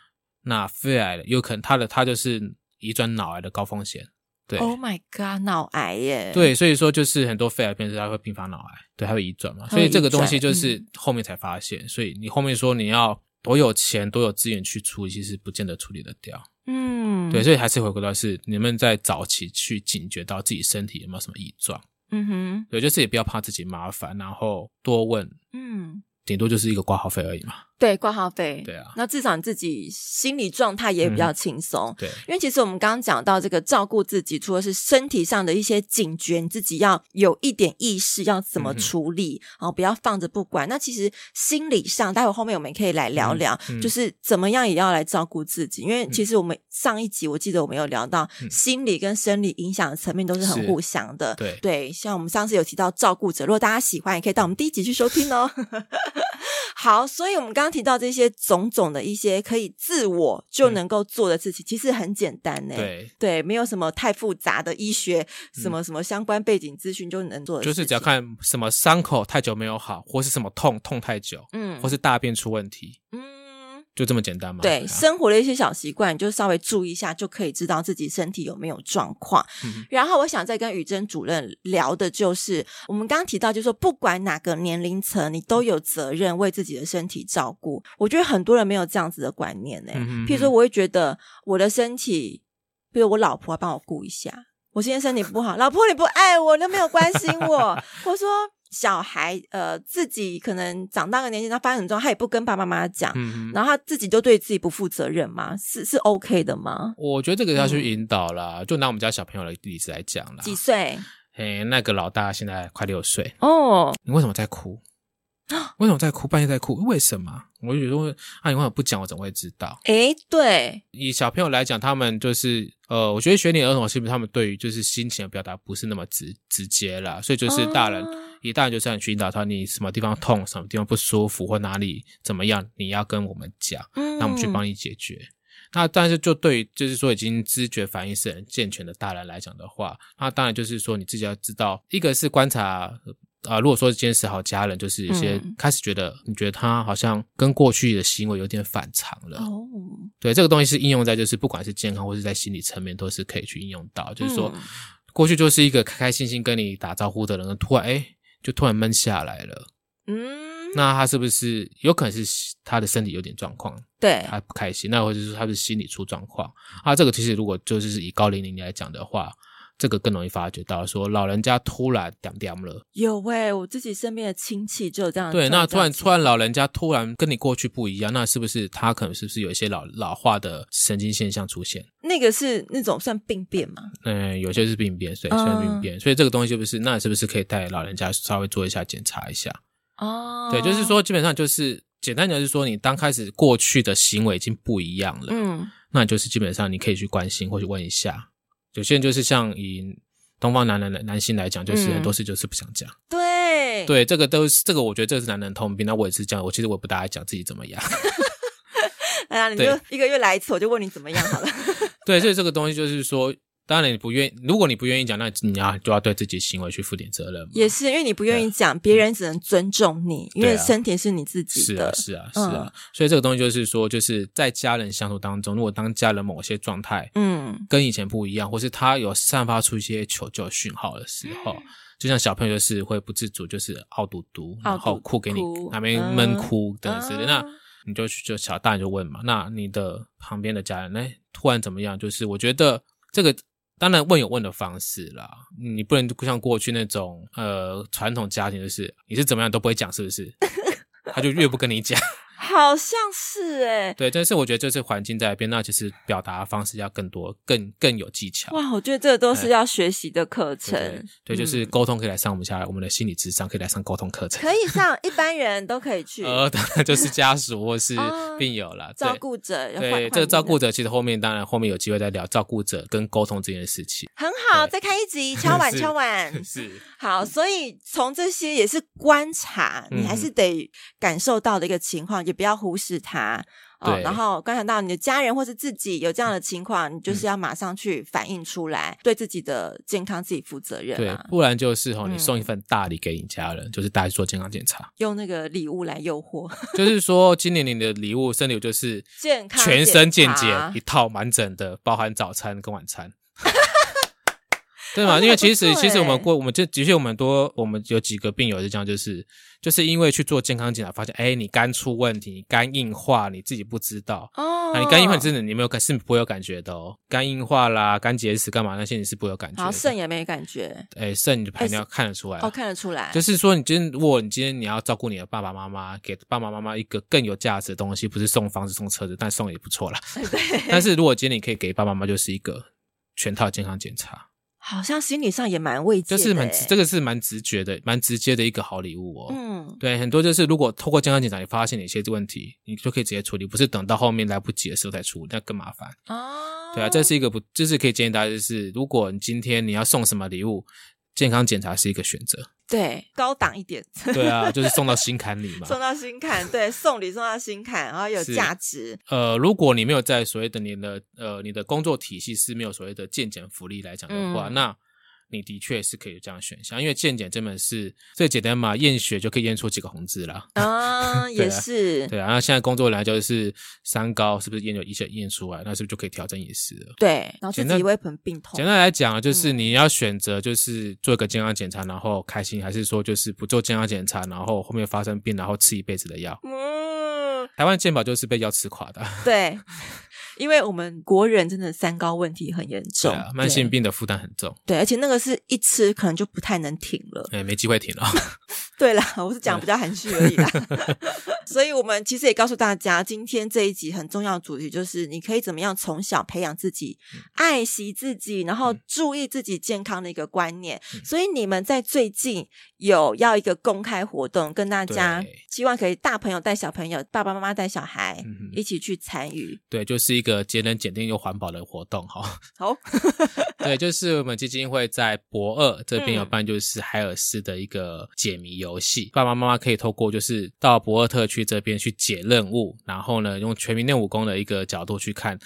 A: 那肺癌有可能它的它就是移转脑癌的高风险。对，
B: ，Oh my God，脑癌耶，，
A: 对，所以说就是很多肺癌病人他会并发脑癌，对，他会移转嘛，
B: 它
A: 所
B: 会
A: 以这个
B: 移转嗯
A: 东西就是后面才发现，所以你后面说你要多有钱、多有资源去处理，其实不见得处理得掉。
B: 嗯，
A: 对，，所以还是回归到是你们在早期去警觉到自己身体有没有什么异状，
B: 嗯哼，
A: 对，就是也不要怕自己麻烦，然后多问，
B: 嗯。
A: 顶多就是一个挂号费而已嘛。
B: 对，挂号费。
A: 对嗯啊
B: 那至少你自己心理状态也比较轻松。
A: 对，
B: 因为其实我们刚刚讲到这个照顾自己，除了是身体上的一些警觉，你自己要有一点意识，要怎么
A: 嗯哼
B: 处理，然后不要放着不管。那其实心理上，待会后面我们可以来聊聊，
A: 嗯嗯
B: 就是怎么样也要来照顾自己。因为其实我们上一集我记得我们有聊到，
A: 嗯
B: 心理跟生理影响的层面都是很
A: 是
B: 互相的。
A: 对
B: 对，像我们上次有提到照顾者，如果大家喜欢，也可以到我们第一集去收听哦。 好，所以我们刚刚提到这些种种的一些可以自我就能够做的事情，其实很简单呢。
A: 嗯对，
B: 对，没有什么太复杂的医学什么什么相关背景资讯就能做的事
A: 嗯就
B: 情，
A: 是只要看什么伤口太久没有好，或是什么痛痛太久，
B: 嗯
A: 或是大便出问题，
B: 嗯，
A: 就这么简单嘛。
B: 对
A: 啊
B: 生活的一些小习惯，你就稍微注意一下，就可以知道自己身体有没有状况。
A: 嗯
B: 然后我想再跟宇珍主任聊的就是，我们刚刚提到，就是说不管哪个年龄层，你都有责任为自己的身体照顾。我觉得很多人没有这样子的观念呢、欸
A: 嗯哼
B: 譬如说，我会觉得我的身体，比如我老婆帮我顾一下，我今天身体不好，老婆你不爱我，你都没有关心我， 我说。小孩，呃，自己可能长大个年纪，他发生很重要，他也不跟爸爸妈妈讲，
A: 嗯哼
B: 然后他自己就对自己不负责任嘛，是是 OK 的吗？
A: 我觉得这个
B: 嗯
A: 要去引导啦，就拿我们家小朋友的例子来讲啦。
B: 几岁？
A: 哎，那个老大现在快六岁，
B: 哦，
A: 你为什么在 哭？为什么在哭？半夜在哭？为什么？我就觉得问，啊，你为什么不讲？我怎么会知道？
B: 诶，对，
A: 以小朋友来讲，他们就是呃，我觉得学龄儿童是不是他们对于就是心情的表达不是那么直直接啦，所以就是大人，
B: 哦
A: 以大人就是很去引导他，你什么地方痛，什么地方不舒服或哪里怎么样，你要跟我们讲。
B: 嗯
A: 那我们去帮你解决。那但是就对于就是说已经知觉反应是很健全的大人来讲的话，那当然就是说你自己要知道，一个是观察啊、如果说今天是好家人，就是有些
B: 嗯
A: 开始觉得、你觉得他好像跟过去的行为有点反常了。
B: 哦，
A: 对，这个东西是应用在就是不管是健康或是在心理层面都是可以去应用到，就是说、
B: 嗯
A: 过去就是一个开开心心跟你打招呼的人，突然哎就突然闷下来了，
B: 嗯，
A: 那他是不是有可能是他的身体有点状况？
B: 对，
A: 他不开心，那或者是说他是心理出状况啊。这个其实如果就是以高龄龄来讲的话，这个更容易发觉到说老人家突然掉掉了，
B: 有诶，我自己身边的亲戚就有这样。
A: 对，
B: 就有这
A: 那嗯突
B: 样
A: 然
B: 子
A: 突然老人家突然跟你过去不一样，那是不是他可能是不是有一些老老化的神经现象出现？
B: 那个是那种算病变嘛？
A: 嗯，有些是病变，所以算病变，所以这个东西是不是那是不是可以带老人家稍微做一下检查一下？
B: 哦，
A: 对，就是，说基本上就是简单讲，就是说你当开始过去的行为已经不一样了，
B: 嗯
A: 那就是基本上你可以去关心或去问一下。有些人就是像以东方男人的男性来讲，就是
B: 嗯
A: 很多事就是不想讲。
B: 对，
A: 对，这个都是这个，我觉得这个是男人的通病。那我也是这样，我其实我也不大爱讲自己怎么样。
B: 哎呀，你就
A: 对
B: 一个月来一次，我就问你怎么样好了。
A: 对，所以这个东西就是说，当然你不愿，如果你不愿意讲，那你要就要对自己行为去负点责任嘛。
B: 也是因为你不愿意讲，别人只能尊重你，因为
A: 对啊
B: 身体是你自己
A: 是
B: 的嗯
A: 啊，。是啊，是啊。所以这个东西就是说，就是在家人相处当中，如果当家人某些状态
B: 嗯，
A: 跟以前不一样，或是他有散发出一些求救讯号的时
B: 嗯
A: 候，就像小朋友就是会不自主，就是傲嘟嘟，
B: 傲嘟嘟
A: 然后哭给你
B: 哭
A: 那边闷哭等
B: 嗯
A: 等之类，
B: 嗯
A: 那你就去就小大人就问嘛，那你的旁边的家人呢、哎突然怎么样？就是我觉得这个。当然，问有问的方式啦，你不能像过去那种 呃传统家庭，就是你是怎么样都不会讲，是不是？他就越不跟你讲，
B: 好好像是哎、
A: 对，但是我觉得这是环境在那边，那其实表达的方式要更多、更更有技巧。
B: 哇，我觉得这都是要学习的课程。
A: 对对，就是
B: 嗯
A: 沟通可以来上我们下来，我们的心理智商可以来上沟通课程。
B: 可以上，一般人都可以去。
A: 呃，当然就是家属或是
B: 哦
A: 病友啦，对
B: 照顾者换
A: 对
B: 换
A: 这个照顾
B: 者
A: 者，其实后面当然后面有机会再聊照顾者跟沟通这件事情。
B: 很好，
A: 对
B: 再开一集，敲碗
A: 是
B: 敲碗。
A: 是，
B: 好，所以从这些也是观察，
A: 嗯
B: 你还是得感受到的一个情况，也不要忽视它。哦，
A: 对嗯
B: 然后观察到你的家人或是自己有这样的情况，你就是要马上去反映出来，对自己的健康自己负责任
A: 对
B: 啊，，
A: 不然就是哦，你
B: 嗯
A: 送一份大礼给你家人，就是大家去做健康检查，
B: 用那个礼物来诱惑
A: 就是说今年你的礼物生日礼物就是
B: 健康
A: 全身
B: 检
A: 健检
B: 查
A: 一套完整的，包含早餐跟 晚餐。对
B: 哦
A: 嘛？
B: 那
A: 因为
B: 还不
A: 其实
B: 错
A: 其实我
B: 欸
A: 们过，我们这的确我们多，我们有几个病友是这样，就是就是因为去做健康检查，发现哎，你肝出问题，你肝硬化，你自己不知道，
B: 哦
A: 啊，你肝硬化你真的你没有感是不会有感觉的哦，肝硬化啦、肝结石干嘛那些你是不会有感觉
B: 好
A: 的。
B: 肾也没感觉，
A: 哎肾你的排
B: 哎
A: 尿看得出来
B: 哦，
A: 啊，
B: 看得出来，
A: 就是说你今天如果你今天你要照顾你的爸爸妈妈，给爸爸妈妈一个更有价值的东西，不是送房子送车子，但送也不 错啦。但是如果今天你可以给爸爸妈妈就是一个全套健康检查，
B: 好像心理上也蛮慰藉的
A: 就
B: 欸，
A: 是蛮直这个是蛮直觉的、蛮直接的一个好礼物哦。
B: 嗯，
A: 对，很多就是如果透过健康检查，你发现你一些问题，你就可以直接处理，不是等到后面来不及的时候再处理，那更麻烦。
B: 哦，
A: 对啊，这是一个不，就是可以建议大家，就是如果你今天你要送什么礼物，健康检查是一个选 择。
B: 对高档一点，
A: 对啊，就是送到心坎里嘛。
B: 送到心坎， 对，送礼送到心坎，然后有
A: 是
B: 价值，
A: 呃，如果你没有在所谓的你的呃你的工作体系是没有所谓的健检福利来讲的话，
B: 嗯
A: 那你的确是可以有这样的选项，因为健检根本是最简单嘛，验血就可以验出几个红字啦。
B: 啊，也
A: 啊
B: 是，
A: 对啊，那现在工作人员就是三高，是不是验有一些验出来，那是不是就可以调整饮食了？
B: 对，然后自
A: 简
B: 己
A: 单
B: 会很病痛
A: 简，单来讲啊，就是
B: 嗯
A: 你要选择，就是做一个健康检查，然后开心，还是说就是不做健康检查，然后后面发生病，然后吃一辈子的药？
B: 嗯，
A: 台湾健保就是被药吃垮的，啊
B: 对， 因为我们国人真的三高问题很严
A: 对
B: 重
A: 啊，，慢性
B: 对，
A: 病的负担很重，
B: 对，而且那个是一吃可能就不太能停了。
A: 哎，没机 会停了。
B: 对啦，我是讲比较含蓄而已啦。 所以，我们其实也告诉大家，今天这一集很重要的主题就是，你可以怎么样从小培养自己
A: 嗯
B: 爱惜自己，然后注意自己健康的一个观念。
A: 嗯
B: 所以，你们在最近有要一个公开活动，跟大家
A: 对
B: 希望可以大朋友带小朋友，爸爸妈妈带小孩、
A: 嗯哼
B: 一起去参与。
A: 对，就是一个节能减电又环保的活动哈。
B: 好，
A: 对，就是我们基金会在博二这边有
B: 嗯
A: 办，就是海尔斯的一个解谜游戏，爸爸妈妈可以透过就是到博二特区这边去解任务，然后呢，用全民练武功的一个角度去看。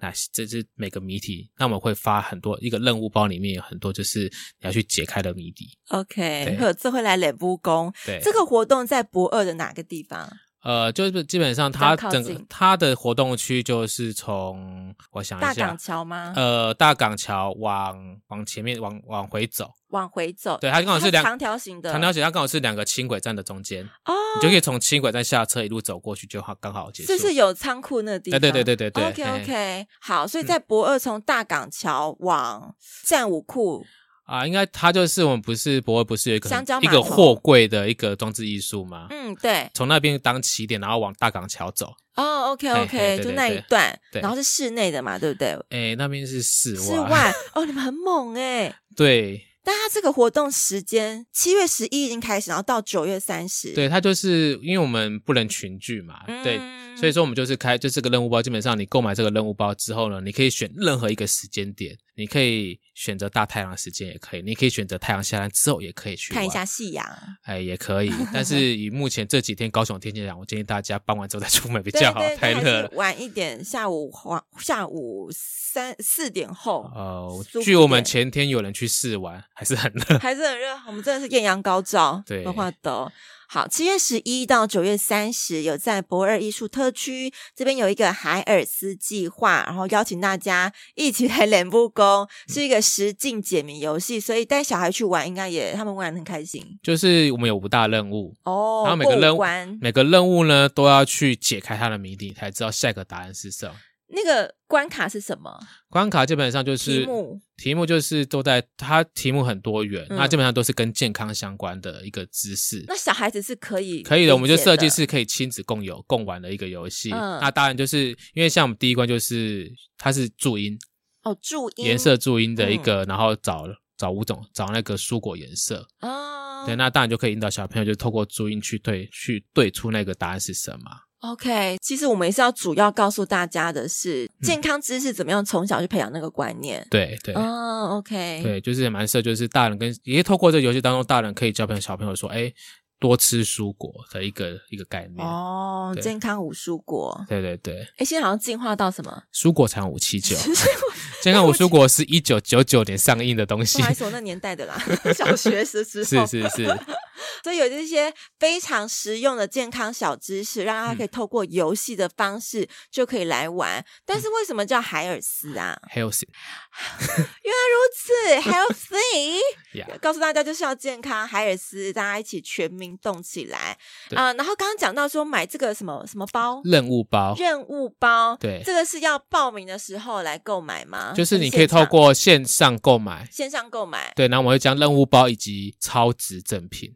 A: 那这是每个谜题，那我们会发很多一个任务包，里面有很多就是你要去解开的谜底。
B: OK，
A: 对
B: 和这会来脸部工
A: 对，
B: 这个活动在博二的哪个地方？
A: 呃，就是基本上
B: 比
A: 它
B: 较靠
A: 整个
B: 近
A: 它的活动区就是从我想
B: 大
A: 一下
B: 港，桥吗？
A: 呃，大港桥往往前面往往回走，
B: 往回走，
A: 对它刚好是
B: 哦它
A: 两
B: 长条形的，
A: 长条形，它刚好是两个轻轨站的中间，
B: 哦，
A: 你就可以从轻轨站下车一路走过去，就好刚好结束。
B: 就是有仓库那个地
A: 对
B: 方。
A: 对对对对对
B: OK
A: 嘿嗯
B: OK，好，所以在博二从大港桥往战武库，
A: 啊，应该它就是我们不是博尔不是有一个很
B: 香蕉
A: 一
B: 码头
A: 个货柜的一个装置艺术吗？
B: 嗯，对，
A: 从那边当起点，然后往大港桥走。
B: 哦，OK
A: 嘿嘿
B: OK，
A: 对
B: 就
A: 对
B: 那一
A: 对
B: 段，
A: 对
B: 然后是室内的嘛，对不对？
A: 哎，那边是室
B: 室 外，哦，你们很猛哎！
A: 对
B: 但它这个活动时间七月十一已经开始，然后到九月三十，
A: 对，它就是因为我们不能群聚嘛，
B: 嗯，
A: 对，所以说我们就是开，就这个任务包，基本上你购买这个任务包之后呢，你可以选任何一个时间点，你可以选择大太阳时间也可以，你可以选择太阳下山之后也可以去
B: 看一
A: 玩
B: 下夕阳，
A: 哎，也可以，但是以目前这几天高雄天气来讲，我建议大家傍晚之后再出门比
B: 对
A: 较好，
B: 对，
A: 太
B: 还
A: 热
B: 是
A: 了。
B: 晚一点，下午黄下午三四点后，
A: 呃
B: 舒，服
A: 据我们
B: 点
A: 前天有人去试玩，还是很 热。
B: 还是很热，我们真的是艳阳高照，
A: 对
B: 文化抖。好，七月十一到九月三十，有在博尔艺术特区这边有一个海尔斯计划，然后邀请大家一起来练步
A: 嗯
B: 功，是一个实境解谜游戏，所以带小孩去玩，应该也他们玩得很开心
A: 就是我们有五大任务，
B: 哦。
A: 然后每个任
B: 过五
A: 务
B: 关
A: 每个任务呢都要去解开它的谜底，才知道下一个答案是什么。
C: 那个关卡是什么？
A: 关卡基本上就是
B: 题目
A: 题目就是都在它题目很多元，
B: 嗯
A: 那基本上都是跟健康相关的一个知识。
C: 那小孩子是可以
A: 可以
C: 理解的，
A: 的，我们就设计是可以亲子共有共玩的一个游戏。
C: 嗯
A: 那当然就是因为像我们第一关就是它是注音
B: 哦，注音
A: 颜色注音的一
C: 嗯
A: 个，然后找找五种找那个蔬果颜色。
C: 啊。
A: 对，那当然就可以引导小朋友就透过注音去对去对出那个答案是什么。
C: OK，其实我们也是要主要告诉大家的是，健康知识怎么样从小去培养那个观念。
A: 对嗯对。
C: 嗯 o k
A: 对，就是也蛮适合，就是大人跟也是透过这个游戏当中，大人可以教朋友小朋友说，哎，多吃蔬果的一个一个概念。
B: 哦，
A: 嗯对
B: 健康五蔬果，
A: 对对对，
C: 哎，现在好像进化到什么？
A: 蔬果才五 七九， 健康五蔬果是一九九九年上映的东
C: 不
A: 西
C: 好，意思，我那年代的啦， 小学时时
A: 是
C: 候。
A: 是是，
B: 所以有这些非常实用的健康小知识，让
A: 嗯
B: 他可以透过游戏的方式就可以来玩。但
A: 嗯
B: 是为什么叫海尔斯啊？
A: 还有谁
B: 原来如此 ，healthy。
A: 呀？
B: 告诉大家就是要健康，海尔斯，大家一起全民动起来
A: 对
B: 啊、然后刚刚讲到说买这个什么什么包，
A: 任务包
B: 任务包，
A: 对
B: 这个是要报名的时候来购买吗？
A: 就是你可以
B: 嗯还是现
A: 透
B: 场
A: 过线上购买，
B: 线上购买，
A: 对，然后我们会将任务包以及超值赠品，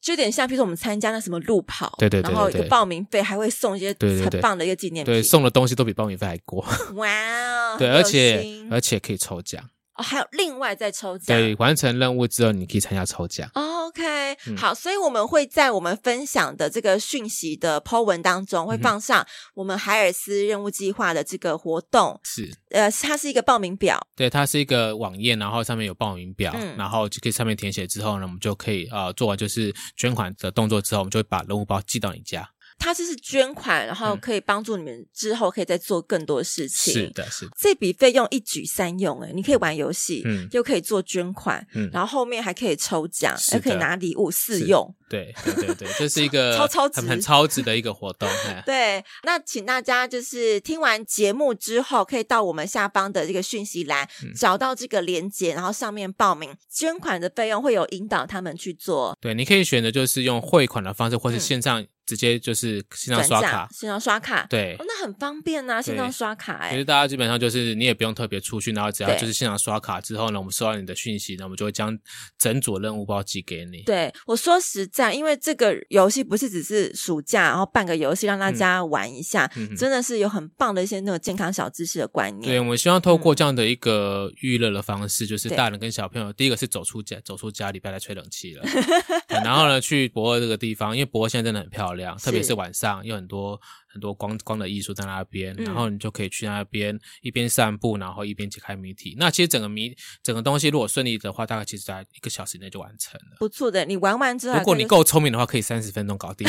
B: 就有点像，譬如说我们参加那什么路跑，
A: 对对对
B: 然后
A: 对
B: 有
A: 对
B: 报名费，还会送一些
A: 对对对
B: 很棒的一个纪念品，
A: 对，送的东西都比报名费还多，
B: 哇哦，
A: 对，
B: 很有
A: 而且
B: 心啊
A: 而且可以抽奖，
B: 哦，还有另外再抽奖，
A: 对，完成任务之后你可以参加抽奖，
B: 哦 OK，、
A: 嗯
B: 好，所以我们会在我们分享的这个讯息的 Po 文当中，会
A: 嗯哼
B: 放上我们海尔斯任务计划的这个活动。
A: 是。
B: 呃，它是一个报名表，
A: 对，它是一个网页，然后上面有报名表，
B: 嗯
A: 然后就可以上面填写之后呢，我们就可以呃做完就是捐款的动作之后，我们就会把任务包寄到你家。
B: 它就是捐款，然后
A: 嗯
B: 可以帮助你们之后可以再做更多的事情。
A: 是的，是的，
B: 这笔费用一举三用，哎，你可以玩游戏，
A: 嗯
B: 又可以做捐款，
A: 嗯
B: 然后后面还可以抽奖，
A: 是
B: 还可以
A: 的
B: 拿礼物试
A: 是
B: 用。
A: 对对对对，这是一个
B: 超超值
A: 很很超值的一个活动。哎嘿
B: 对，那请大家就是听完节目之后，可以到我们下方的这个讯息栏、
A: 嗯
B: 找到这个链接，然后上面报名捐款的费用会有引导他们去做
A: 对，你可以选择就是用汇款的方式，或是
B: 嗯
A: 线上直接就是线上
B: 转
A: 刷
B: 账，
A: 卡。
B: 线上刷卡，
A: 对
B: 哦，，那很方便呐、线上刷卡
A: 其
B: 哎、
A: 实大家基本上就是你也不用特别出去，然后只要
B: 对
A: 就是现场刷卡之后呢，我们收到你的讯息，那我们就会将整组任务包寄给你。
B: 对，我说实在，因为这个游戏不是只是暑假，然后办个游戏让大家玩一下，
A: 嗯哼
B: 真的是有很棒的一些那种健康小知识的观
A: 对，
B: 念。
A: 我们希望透过这样的一个预热的方式，就是
B: 嗯对
A: 大人跟小朋友，第一个是走出家，走出家里，不要再吹冷气了。对然后呢，去博尔这个地方，因为博尔现在真的很漂亮，特别
B: 是
A: 是晚上，有很多很多光光的艺术在那边，
B: 嗯
A: 然后你就可以去那边一边散步，然后一边解开谜题。那其实整个谜整个东西，如果顺利的话，大概其实在一个小时内就完成了。
B: 不错的，你玩完之后，啊
A: 如果你够聪明的话，可以三十分钟搞 定。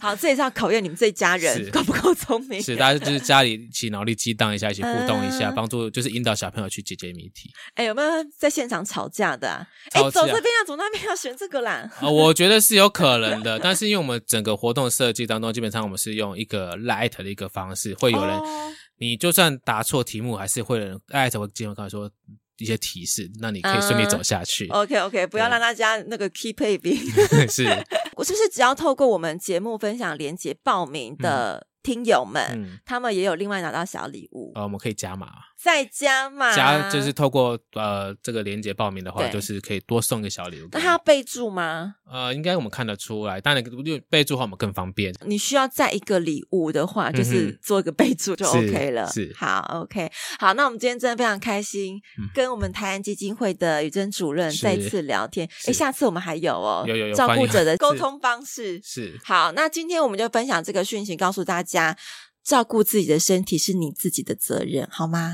B: 好，这也是要考验你们这一家人
A: 是
B: 够不够聪明。
A: 是，大家就是家里一起脑力激荡一下，一起互动一下，
B: 嗯
A: 帮助就是引导小朋友去解决谜题。
B: 哎，有没有在现场吵架的、啊？哎，
A: 吵架
B: 走这边啊，走那边啊，选这个啦。
A: 啊、我觉得是有可能的，但是因为我们整个活动设计当中，基本上我们是用一个 light 的一个方式，会有人、
B: 哦
A: 你就算答错题目，还是会有人 light 会经常跟我说一些提示，那你可以
B: 嗯
A: 顺利走下去。
B: OK OK，不要让大家那个 keep 配比。
A: 是，
B: 我是不是只要透过我们节目分享连接报名的听友们，
A: 嗯，
B: 他们也有另外拿到小礼物，
A: 呃，我们可以加码，
B: 再加嘛？
A: 加就是透过呃这个连接报名的话，
B: 啊对
A: 就是可以多送一个小礼物给
B: 那
A: 你。
B: 他要备注吗？
A: 呃，应该我们看得出来，当然因为备注的话我们更方便。
B: 你需要再一个礼物的话，
A: 嗯哼
B: 就是做一个备注就 OK 了。
A: 是
B: 好 OK，好，那我们今天真的非常开心，
A: 嗯
B: 跟我们台湾基金会的宇珍主任
A: 是
B: 再次聊天。哎，
A: 是
B: 下次我们还有哦，
A: 有有有
B: 照
A: 欢
B: 顾
A: 迎
B: 者的沟
A: 是
B: 通方式。
A: 是，
B: 好，那今天我们就分享这个讯息，告诉大家，照顾自己的身体是你自己的责任，好吗？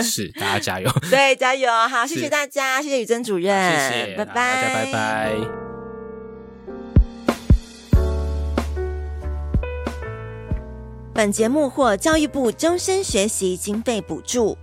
A: 是，大家加油，
B: 对，加油！好，谢
A: 是
B: 谢大家，谢谢宇珍主任，
A: 谢
B: 拜
A: 谢，好
B: 拜，
A: 大家拜拜。
B: 本节目获教育部终身学习经费补助。